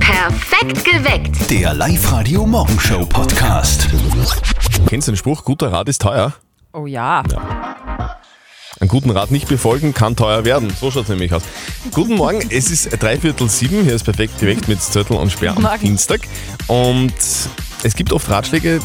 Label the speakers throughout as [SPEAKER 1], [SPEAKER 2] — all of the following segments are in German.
[SPEAKER 1] Perfekt geweckt.
[SPEAKER 2] Der Live-Radio Morgenshow Podcast.
[SPEAKER 3] Kennst du den Spruch, guter Rat ist teuer?
[SPEAKER 4] Oh ja.
[SPEAKER 3] Einen guten Rat nicht befolgen kann teuer werden. So schaut es nämlich aus. Guten Morgen, es ist dreiviertel sieben. Hier ist perfekt geweckt mit Zettel und Sperr am
[SPEAKER 4] Morgen.
[SPEAKER 3] Dienstag. Und es gibt oft Ratschläge,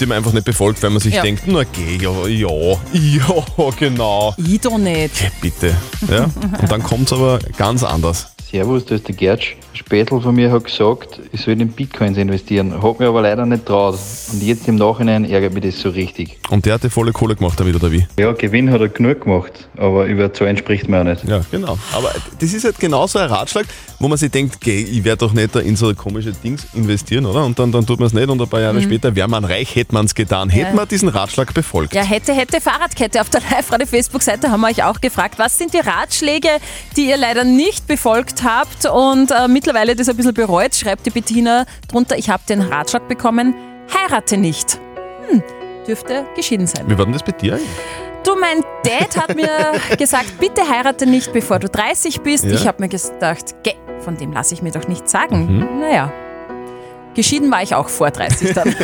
[SPEAKER 3] die man einfach nicht befolgt, weil man sich
[SPEAKER 4] Ja.
[SPEAKER 3] denkt, na geh, ja, ja, ja, genau.
[SPEAKER 4] Ich doch nicht.
[SPEAKER 3] Geh bitte. Ja? Und dann kommt es aber ganz anders.
[SPEAKER 5] Servus, da ist der Gertsch. Ein Spätl von mir hat gesagt, ich soll in Bitcoins investieren. Hat mir aber leider nicht traut. Und jetzt im Nachhinein ärgert mich das so richtig.
[SPEAKER 3] Und der hat die volle Kohle gemacht damit, oder wie?
[SPEAKER 5] Ja, Gewinn hat er genug gemacht, aber über Zahlen spricht man auch nicht.
[SPEAKER 3] Ja, genau. Aber das ist halt genau so ein Ratschlag, wo man sich denkt, geh, ich werde doch nicht da in so komische Dings investieren, oder? Und dann, dann tut man es nicht und ein paar
[SPEAKER 4] Mhm.
[SPEAKER 3] Jahre später wäre man reich, hätte man es getan, hätte man diesen Ratschlag befolgt.
[SPEAKER 4] Ja, hätte, hätte Fahrradkette. Auf der Live-Radio-Facebook-Seite haben wir euch auch gefragt, was sind die Ratschläge, die ihr leider nicht befolgt habt und äh, mittlerweile das ein bisschen bereut, schreibt die Bettina drunter, ich habe den Ratschlag bekommen, heirate nicht. Hm, dürfte geschieden sein.
[SPEAKER 3] Wie war denn das bei dir?
[SPEAKER 4] Du, mein Dad hat mir gesagt, bitte heirate nicht, bevor du 30 bist.
[SPEAKER 3] Ja.
[SPEAKER 4] Ich habe mir gedacht, geh, von dem lasse ich mir doch nichts sagen. Naja, geschieden war ich auch vor 30 dann.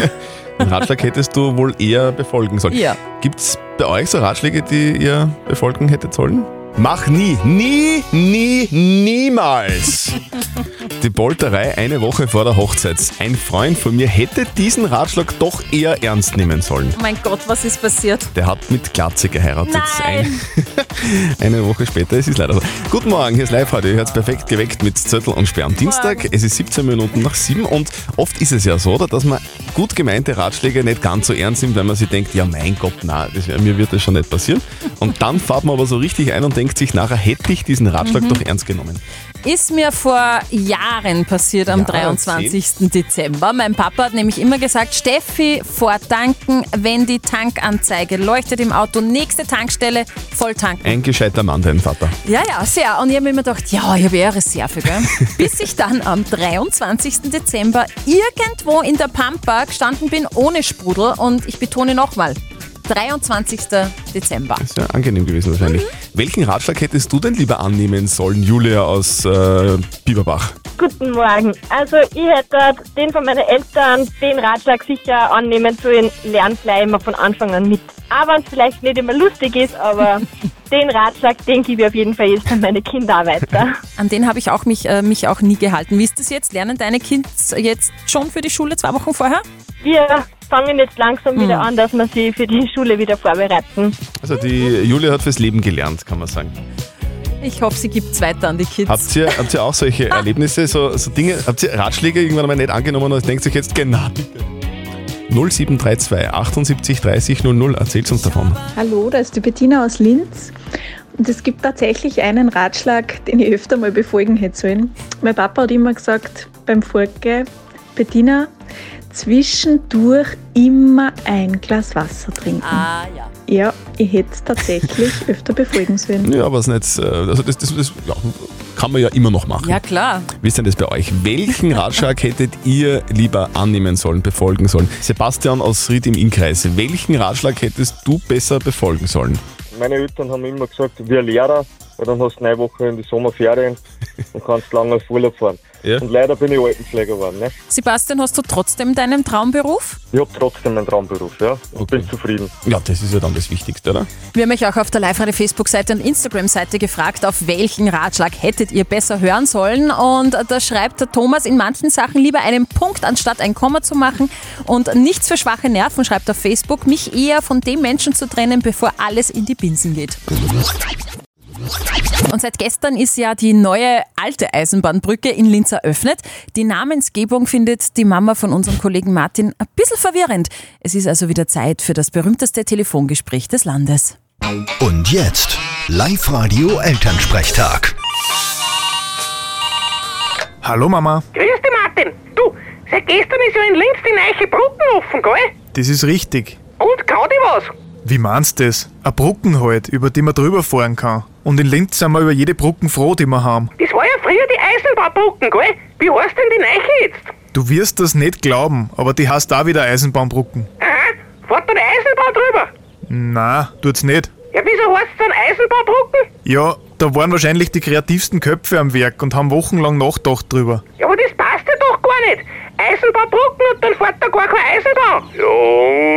[SPEAKER 3] Den Ratschlag hättest du wohl eher befolgen sollen.
[SPEAKER 4] Ja.
[SPEAKER 3] Gibt es bei euch so Ratschläge, die ihr befolgen hättet sollen? Mach nie, nie, nie, niemals. Die Bolterei eine Woche vor der Hochzeit. Ein Freund von mir hätte diesen Ratschlag doch eher ernst nehmen sollen.
[SPEAKER 4] Oh mein Gott, was ist passiert?
[SPEAKER 3] Der hat mit Glatze geheiratet.
[SPEAKER 4] Nein.
[SPEAKER 3] Ein- eine Woche später, es ist leider so. Guten Morgen, hier ist live heute. Ihr hört perfekt geweckt mit Zettel und Sperr am Dienstag. Es ist 17 Minuten nach 7 und oft ist es ja so, oder, dass man gut gemeinte Ratschläge nicht ganz so ernst nimmt, weil man sich denkt, ja mein Gott, na, das, mir wird das schon nicht passieren. Und dann fährt man aber so richtig ein und denkt sich, nachher hätte ich diesen Ratschlag doch ernst genommen.
[SPEAKER 4] Ist mir vor Jahren passiert am
[SPEAKER 3] Ja,
[SPEAKER 4] 23. Dezember. Mein Papa hat nämlich immer gesagt, Steffi, vortanken, wenn die Tankanzeige leuchtet im Auto, nächste Tankstelle, voll tanken.
[SPEAKER 3] Ein gescheiter Mann, dein Vater.
[SPEAKER 4] Ja, ja, sehr. Und ich habe mir immer gedacht, ja, ich habe ja eine Reserve, gell? Bis ich dann am 23. Dezember irgendwo in der Pampa gestanden bin ohne Sprudel. Und ich betone nochmal, 23. Dezember.
[SPEAKER 3] Ist ja angenehm gewesen wahrscheinlich. Welchen Ratschlag hättest du denn lieber annehmen sollen, Julia aus äh, Bieberbach?
[SPEAKER 6] Guten Morgen. Also ich hätte den von meinen Eltern, den Ratschlag sicher annehmen sollen, lernt gleich immer von Anfang an mit. Aber wenn es vielleicht nicht immer lustig ist, aber den Ratschlag, den gebe ich auf jeden Fall jetzt an meine Kinder auch weiter.
[SPEAKER 4] An den habe ich auch mich, äh, mich auch nie gehalten. Wie ist das jetzt? Lernen deine Kids jetzt schon für die Schule zwei Wochen vorher?
[SPEAKER 6] Wir fangen jetzt langsam wieder an, dass wir sie für die Schule wieder vorbereiten.
[SPEAKER 3] Also die Julia hat fürs Leben gelernt, kann man sagen.
[SPEAKER 4] Ich hoffe, sie gibt es weiter an die Kids.
[SPEAKER 3] Habt ihr, habt ihr auch solche Erlebnisse, so, so Dinge, habt ihr Ratschläge irgendwann mal nicht angenommen und denkt sich jetzt, genau, bitte. 0732 78 30 00, erzählt uns davon.
[SPEAKER 7] Hallo, da ist die Bettina aus Linz. Und es gibt tatsächlich einen Ratschlag, den ich öfter mal befolgen hätte sollen. Mein Papa hat immer gesagt beim Forke, Bettina, zwischendurch immer ein Glas Wasser trinken.
[SPEAKER 4] ah, ja.
[SPEAKER 7] Ja, ich hätte es tatsächlich öfter befolgen sollen.
[SPEAKER 3] Ja, was nicht, äh, also das, das, das ja, kann man ja immer noch machen.
[SPEAKER 4] Ja, klar.
[SPEAKER 3] Wie ist denn das bei euch? Welchen Ratschlag hättet ihr lieber annehmen sollen, befolgen sollen? Sebastian aus Ried im Innkreis, welchen Ratschlag hättest du besser befolgen sollen?
[SPEAKER 8] Meine Eltern haben immer gesagt, wir Lehrer, weil dann hast du eine Woche in die Sommerferien und kannst lange auf Urlaub fahren.
[SPEAKER 3] Ja.
[SPEAKER 8] Und leider bin ich Altenpfleger geworden. Ne?
[SPEAKER 4] Sebastian, hast du trotzdem deinen Traumberuf?
[SPEAKER 8] Ich habe trotzdem meinen Traumberuf, ja. Und
[SPEAKER 3] Okay.
[SPEAKER 8] bin zufrieden.
[SPEAKER 3] Ja, das ist ja dann das Wichtigste, oder?
[SPEAKER 4] Wir haben euch auch auf der Live-Radio-Facebook-Seite und Instagram-Seite gefragt, auf welchen Ratschlag hättet ihr besser hören sollen. Und da schreibt der Thomas, in manchen Sachen lieber einen Punkt anstatt ein Komma zu machen. Und nichts für schwache Nerven, schreibt auf Facebook, mich eher von dem Menschen zu trennen, bevor alles in die Binsen geht. Und seit gestern ist ja die neue alte Eisenbahnbrücke in Linz eröffnet. Die Namensgebung findet die Mama von unserem Kollegen Martin ein bisschen verwirrend. Es ist also wieder Zeit für das berühmteste Telefongespräch des Landes.
[SPEAKER 2] Und jetzt Live-Radio Elternsprechtag.
[SPEAKER 9] Hallo Mama,
[SPEAKER 10] Grüß dich, Martin. Du, seit gestern ist ja in Linz die neue Brücken offen, gell?
[SPEAKER 9] das ist richtig.
[SPEAKER 10] Und kann ich was?
[SPEAKER 9] Wie meinst du das? Eine Brücken halt, über die man drüber fahren kann. Und in Linz sind wir über jede Brücken froh, die wir haben.
[SPEAKER 10] Das war ja früher die Eisenbahnbrücken, gell? Wie heißt denn die neue jetzt?
[SPEAKER 9] Du wirst das nicht glauben, aber die hast da wieder Eisenbahnbrücken.
[SPEAKER 10] Aha, fährt da die Eisenbahn drüber?
[SPEAKER 9] Na, tut's nicht.
[SPEAKER 10] Ja, wieso heißt es dann Eisenbahnbrücken?
[SPEAKER 9] Ja, da waren wahrscheinlich die kreativsten Köpfe am Werk und haben wochenlang nachgedacht drüber.
[SPEAKER 10] Ja, aber das passt ja da auch nicht. Eisenbahnbrücken und dann fährt da gar keine Eisenbahn.
[SPEAKER 1] Ja,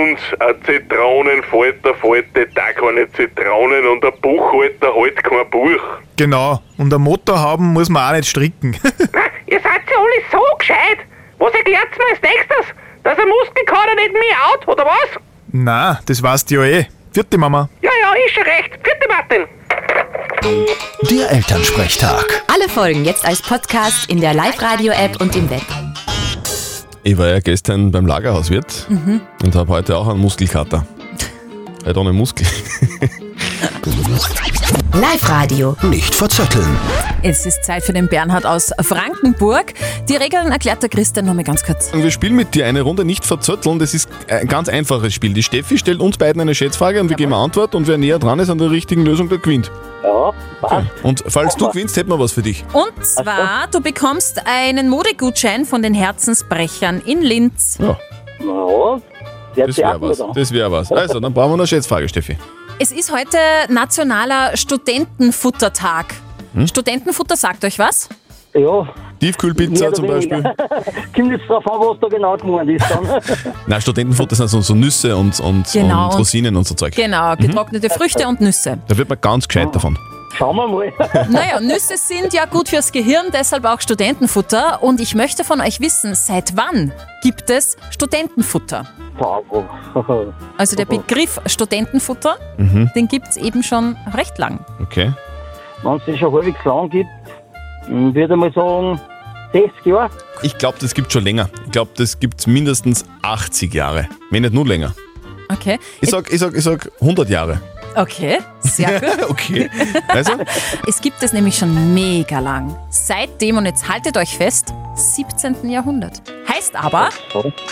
[SPEAKER 1] und ein Zitronenfalter fällt dir da keine Zitronen und ein Buchhalter halt kein Buch.
[SPEAKER 9] Genau. Und ein Motor haben muss man auch nicht stricken.
[SPEAKER 10] Na, ihr seid ja alle so gescheit. Was erklärt's mir als nächstes? Dass ein Muskelkater nicht mehr out, oder was?
[SPEAKER 9] Na, das weißt du ja eh. Vierte Mama.
[SPEAKER 10] Ja, ja, ist schon recht. Vierte Martin.
[SPEAKER 2] Der Elternsprechtag.
[SPEAKER 11] Alle Folgen jetzt als Podcast in der Live-Radio-App und im Web.
[SPEAKER 3] Ich war ja gestern beim Lagerhauswirt und habe heute auch einen Muskelkater. Halt ohne Muskel.
[SPEAKER 11] Live-Radio.
[SPEAKER 2] Nicht verzetteln.
[SPEAKER 4] Es ist Zeit für den Bernhard aus Frankenburg. Die Regeln erklärt der Christian nochmal ganz kurz.
[SPEAKER 3] Und wir spielen mit dir eine Runde nicht verzötteln. Das ist ein ganz einfaches Spiel. Die Steffi stellt uns beiden eine Schätzfrage und wir geben eine Antwort und wer näher dran ist an der richtigen Lösung, der gewinnt.
[SPEAKER 8] Ja, passt.
[SPEAKER 3] Und falls du gewinnst, hätten wir was für dich.
[SPEAKER 4] Und zwar, du bekommst einen Modegutschein von den Herzensbrechern in Linz.
[SPEAKER 3] Ja,
[SPEAKER 8] Ja, der
[SPEAKER 3] das wäre was. Das wäre was. Also, dann brauchen wir eine Schätzfrage, Steffi.
[SPEAKER 4] Es ist heute nationaler Studentenfuttertag. Studentenfutter sagt euch was?
[SPEAKER 8] Ja,
[SPEAKER 3] Tiefkühlpizza zum Beispiel.
[SPEAKER 8] kommt jetzt drauf an, was da genau gemeint ist. Dann.
[SPEAKER 3] Na, Studentenfutter sind so, so Nüsse und, und,
[SPEAKER 4] Genau.
[SPEAKER 3] und Rosinen und so Zeug.
[SPEAKER 4] Genau, getrocknete Früchte und Nüsse.
[SPEAKER 3] Da wird man ganz gescheit davon.
[SPEAKER 8] Schauen wir mal.
[SPEAKER 4] Naja, Nüsse sind ja gut fürs Gehirn, deshalb auch Studentenfutter. Und ich möchte von euch wissen, seit wann gibt es Studentenfutter?
[SPEAKER 8] Bravo.
[SPEAKER 4] Also der Begriff Studentenfutter, den gibt es eben schon recht lang.
[SPEAKER 3] Okay.
[SPEAKER 8] Wenn es den schon halbwegs lang gibt, m, würde ich mal sagen, 60 Jahre.
[SPEAKER 3] Ich glaube, das gibt schon länger. Ich glaube, das gibt mindestens 80 Jahre. Wenn nicht nur länger.
[SPEAKER 4] Okay.
[SPEAKER 3] Ich sag, ich sag, ich sag 100 Jahre.
[SPEAKER 4] Okay, sehr gut.
[SPEAKER 3] okay. Also,
[SPEAKER 4] es gibt es nämlich schon mega lang. Seitdem, und jetzt haltet euch fest, 17. Jahrhundert. Heißt aber,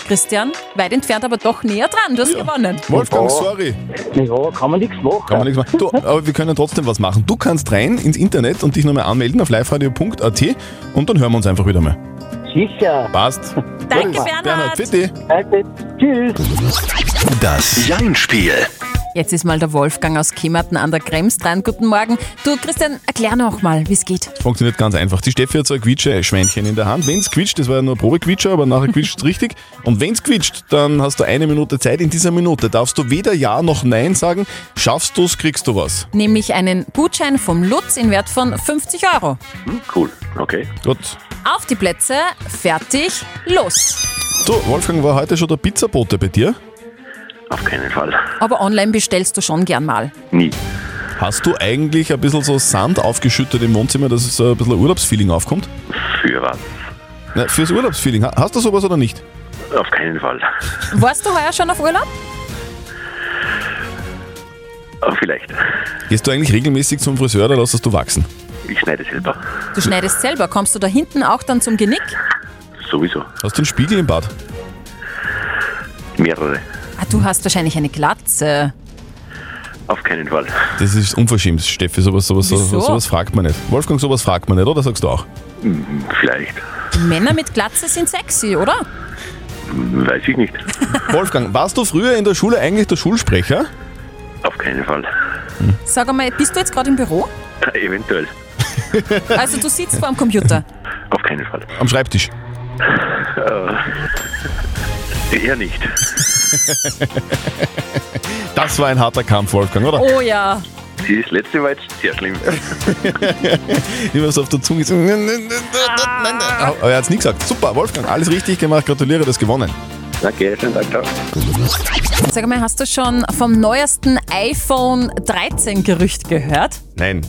[SPEAKER 4] Christian, weit entfernt, aber doch näher dran. Du hast gewonnen.
[SPEAKER 3] Wolfgang, sorry.
[SPEAKER 8] Ja, kann man nichts machen.
[SPEAKER 3] Kann man nichts machen. Du, aber wir können trotzdem was machen. Du kannst rein ins Internet und dich nochmal anmelden auf liveradio.at und dann hören wir uns einfach wieder mal.
[SPEAKER 8] Sicher.
[SPEAKER 3] Passt.
[SPEAKER 4] Danke,
[SPEAKER 3] Gut.
[SPEAKER 4] Bernhard.
[SPEAKER 3] Bernhard, bitte.
[SPEAKER 8] Also, tschüss.
[SPEAKER 2] Das Jein-Spiel.
[SPEAKER 4] Jetzt ist mal der Wolfgang aus Kemmerten an der Krems dran. Guten Morgen. Du, Christian, erklär noch mal, wie es geht.
[SPEAKER 3] Funktioniert ganz einfach. Die Steffi hat so ein Quietsche-Schweinchen in der Hand. Wenn es quietscht, das war ja nur ein Probequietscher, aber nachher quietscht es richtig. Und wenn es quietscht, dann hast du eine Minute Zeit. In dieser Minute darfst du weder Ja noch Nein sagen. Schaffst du es, kriegst du was.
[SPEAKER 4] Nämlich einen Gutschein vom Lutz in Wert von 50 Euro.
[SPEAKER 1] Cool, okay.
[SPEAKER 3] Gut.
[SPEAKER 4] Auf die Plätze, fertig, los.
[SPEAKER 3] Du, Wolfgang, war heute schon der Pizzabote bei dir?
[SPEAKER 1] Auf keinen Fall.
[SPEAKER 4] Aber online bestellst du schon gern mal.
[SPEAKER 1] Nie.
[SPEAKER 3] Hast du eigentlich ein bisschen so Sand aufgeschüttet im Wohnzimmer, dass es so ein bisschen ein Urlaubsfeeling aufkommt?
[SPEAKER 1] Für was?
[SPEAKER 3] Na, fürs Urlaubsfeeling. Ha- Hast du sowas oder nicht?
[SPEAKER 1] Auf keinen Fall.
[SPEAKER 4] Warst du heuer schon auf Urlaub?
[SPEAKER 12] Ah,
[SPEAKER 1] Aber vielleicht.
[SPEAKER 3] Gehst du eigentlich regelmäßig zum Friseur oder lassest du wachsen?
[SPEAKER 1] Ich schneide selber.
[SPEAKER 4] Du schneidest selber. Kommst du da hinten auch dann zum Genick?
[SPEAKER 1] Sowieso.
[SPEAKER 3] Hast du einen Spiegel im Bad?
[SPEAKER 1] Mehrere.
[SPEAKER 4] Ah, du hast wahrscheinlich eine Glatze.
[SPEAKER 1] Auf keinen Fall.
[SPEAKER 3] Das ist unverschämt, Steffi. Sowas, sowas,
[SPEAKER 4] Wieso?
[SPEAKER 3] sowas, sowas fragt man nicht. Wolfgang, sowas fragt man nicht, oder sagst du auch?
[SPEAKER 1] Vielleicht.
[SPEAKER 4] Männer mit Glatze sind sexy, oder?
[SPEAKER 1] Weiß ich nicht.
[SPEAKER 3] Wolfgang, warst du früher in der Schule eigentlich der Schulsprecher?
[SPEAKER 1] Auf keinen Fall.
[SPEAKER 4] Sag einmal, bist du jetzt gerade im Büro?
[SPEAKER 1] Eventuell.
[SPEAKER 4] Also du sitzt vor dem Computer.
[SPEAKER 1] Auf keinen Fall.
[SPEAKER 3] Am Schreibtisch.
[SPEAKER 1] Äh, Eher nicht.
[SPEAKER 3] Das war ein harter Kampf, Wolfgang, oder?
[SPEAKER 4] Oh ja.
[SPEAKER 1] Das letzte war jetzt sehr schlimm.
[SPEAKER 3] Immer so auf der Zunge. so- Nein, nein, nein, nein, nein. Aber er hat's nie gesagt. Super, Wolfgang, alles richtig gemacht. Gratuliere, das gewonnen.
[SPEAKER 1] Danke, schönen Tag. Ciao.
[SPEAKER 4] Sag mal, hast du schon vom neuesten iPhone 13 Gerücht gehört?
[SPEAKER 3] Nein.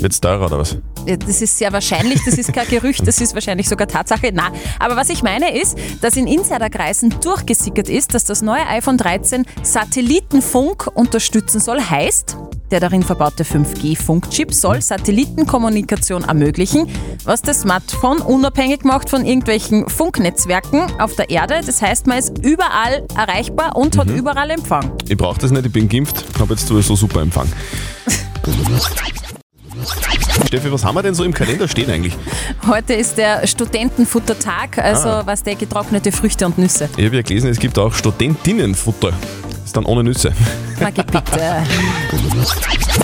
[SPEAKER 3] Wird's teurer oder was?
[SPEAKER 4] Ja, Das ist sehr wahrscheinlich, das ist kein Gerücht, das ist wahrscheinlich sogar Tatsache. Na, aber was ich meine ist, dass in Insiderkreisen durchgesickert ist, dass das neue iPhone 13 Satellitenfunk unterstützen soll. Heißt, der darin verbaute 5G-Funkchip soll Satellitenkommunikation ermöglichen, was das Smartphone unabhängig macht von irgendwelchen Funknetzwerken auf der Erde. Das heißt, man ist überall erreichbar und hat überall Empfang.
[SPEAKER 3] Ich brauche das nicht, ich bin geimpft, habe jetzt sowieso super Empfang. Steffi, was haben wir denn so im Kalender stehen eigentlich?
[SPEAKER 4] Heute ist der Studentenfuttertag, also was der getrocknete Früchte und Nüsse.
[SPEAKER 3] Ich habe ja gelesen, es gibt auch Studentinnenfutter. Ist dann ohne Nüsse.
[SPEAKER 4] Maggi, bitte.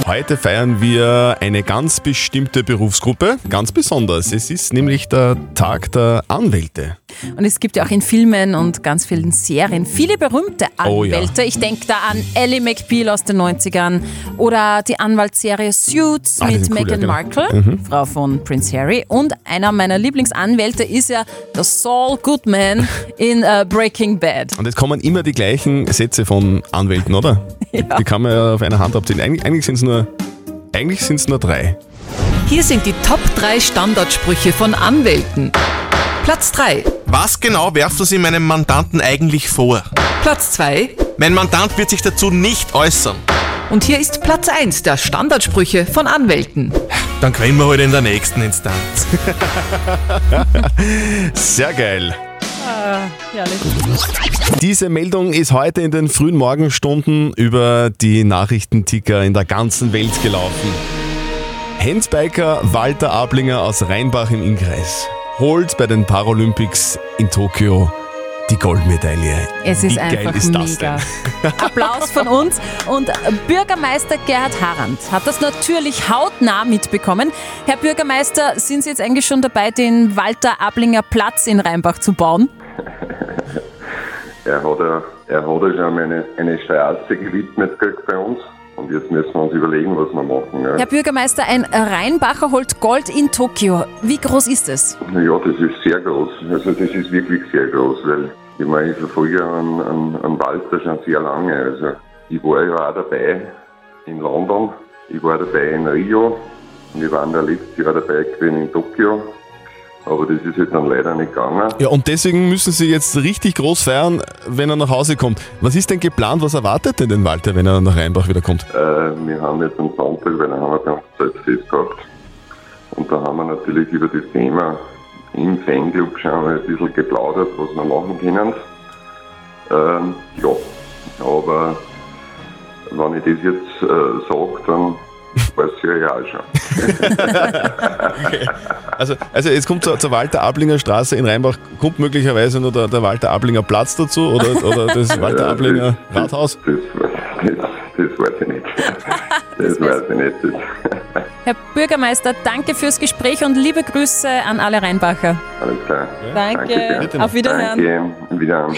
[SPEAKER 3] Heute feiern wir eine ganz bestimmte Berufsgruppe, ganz besonders. Es ist nämlich der Tag der Anwälte.
[SPEAKER 4] Und es gibt ja auch in Filmen und ganz vielen Serien viele berühmte
[SPEAKER 3] Oh ja.
[SPEAKER 4] Anwälte. Ich denke da an Ellie McBeal aus den 90ern oder die Anwaltsserie Suits
[SPEAKER 3] Ah, die
[SPEAKER 4] mit
[SPEAKER 3] sind cool, ja,
[SPEAKER 4] Meghan
[SPEAKER 3] genau.
[SPEAKER 4] Markle, Frau von Prince Harry. Und einer meiner Lieblingsanwälte ist ja der Saul Goodman in äh, Breaking Bad.
[SPEAKER 3] Und jetzt kommen immer die gleichen Sätze von Anwälten, oder?
[SPEAKER 4] Ja.
[SPEAKER 3] Die kann man ja auf einer Hand abziehen. Eig eigentlich sind es nur, eigentlich sind's nur drei.
[SPEAKER 13] Hier sind die Top 3 Standardsprüche von Anwälten. Platz 3.
[SPEAKER 14] Was genau werfst du sie meinem Mandanten eigentlich vor?
[SPEAKER 13] Platz 2.
[SPEAKER 14] Mein Mandant wird sich dazu nicht äußern.
[SPEAKER 13] Und hier ist Platz 1 der Standardsprüche von Anwälten.
[SPEAKER 14] Dann quälen wir heute in der nächsten Instanz.
[SPEAKER 3] Sehr geil.
[SPEAKER 4] Ah, herrlich.
[SPEAKER 3] Diese Meldung ist heute in den frühen Morgenstunden über die Nachrichtenticker in der ganzen Welt gelaufen. Heinz Beiker, Walter Ablinger aus Rheinbach im Innkreis holt bei den Paralympics in Tokio die Goldmedaille.
[SPEAKER 4] Es ist
[SPEAKER 3] Wie geil
[SPEAKER 4] einfach
[SPEAKER 3] ist das
[SPEAKER 4] mega.
[SPEAKER 3] denn?
[SPEAKER 4] Applaus von uns. Und Bürgermeister Gerhard Harand hat das natürlich hautnah mitbekommen. Herr Bürgermeister, sind Sie jetzt eigentlich schon dabei, den Walter Ablinger Platz in Rheinbach zu bauen?
[SPEAKER 12] Er hat ja, er hat ja schon einmal eine, eine Straße gewidmet gekriegt bei uns. Und jetzt müssen wir uns überlegen, was wir machen. Ja,
[SPEAKER 4] Herr Bürgermeister, ein Rheinbacher holt Gold in Tokio. Wie groß ist es?
[SPEAKER 12] ja das ist sehr groß. Also das ist wirklich sehr groß, weil ich meine, ich verfolge ja einen, einen, einen Walter schon sehr lange. Also ich war ja auch dabei in London, ich war dabei in Rio und ich war, in der letzten, ich war dabei gewesen in Tokio. Aber das ist halt dann leider nicht gegangen.
[SPEAKER 3] Ja, und deswegen müssen Sie jetzt richtig groß feiern, wenn er nach Hause kommt. Was ist denn geplant? Was erwartet denn den Walter, wenn er nach Rheinbach wieder kommt?
[SPEAKER 12] Äh, wir haben jetzt am Sonntag, weil da haben wir bei uns Zeitfest gehabt. Und da haben wir natürlich über das Thema im Fanclub schon mal ein bisschen geplaudert, was wir machen können. Ähm, ja, aber wenn ich das jetzt äh, sage, dann weiß ich ja auch schon.
[SPEAKER 3] Also, also jetzt kommt zur, zur Walter Ablinger Straße in Rheinbach, kommt möglicherweise nur der, der Walter Ablinger Platz dazu oder, oder das Walter
[SPEAKER 12] Ja,
[SPEAKER 3] Ablinger
[SPEAKER 12] Äh, das-
[SPEAKER 3] Rathaus.
[SPEAKER 12] Das, das, das weiß ich nicht. Das weiß ich nicht. Das,
[SPEAKER 4] Herr Bürgermeister, danke fürs Gespräch und liebe Grüße an alle Rheinbacher.
[SPEAKER 12] alles klar.
[SPEAKER 4] Danke.
[SPEAKER 12] sehr.
[SPEAKER 4] Auf Wiederhören.
[SPEAKER 12] Danke. Wiederhören.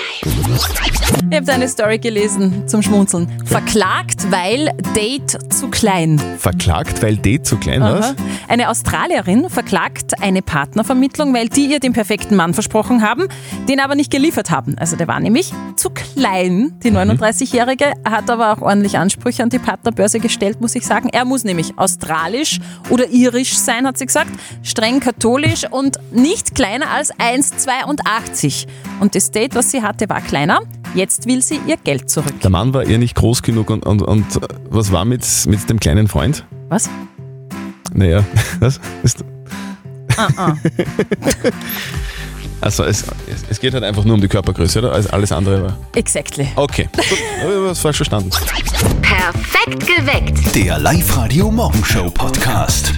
[SPEAKER 4] Ihr habt eine Story gelesen zum Schmunzeln. Verklagt, weil Date zu klein.
[SPEAKER 3] Verklagt, weil D zu klein
[SPEAKER 4] Aha.
[SPEAKER 3] war?
[SPEAKER 4] Eine Australierin verklagt eine Partnervermittlung, weil die ihr den perfekten Mann versprochen haben, den aber nicht geliefert haben. Also der war nämlich zu klein. Die 39-Jährige hat aber auch ordentlich Ansprüche an die Partnerbörse gestellt, muss ich sagen. Er muss nämlich australisch oder irisch sein, hat sie gesagt, streng katholisch und nicht kleiner als 1,82. Und das Date, was sie hatte, war kleiner. Jetzt will sie ihr Geld zurück.
[SPEAKER 3] Der Mann war ihr nicht groß genug und, und, und was war mit, mit dem kleinen Freund?
[SPEAKER 4] Was?
[SPEAKER 3] Naja, was? Ist,
[SPEAKER 4] Ah, ah.
[SPEAKER 3] also es, es, es geht halt einfach nur um die Körpergröße, oder? Also alles andere war.
[SPEAKER 4] Exactly.
[SPEAKER 3] Okay, gut, habe ich was falsch verstanden.
[SPEAKER 11] Perfekt geweckt.
[SPEAKER 2] Der Live-Radio Morgenshow Podcast.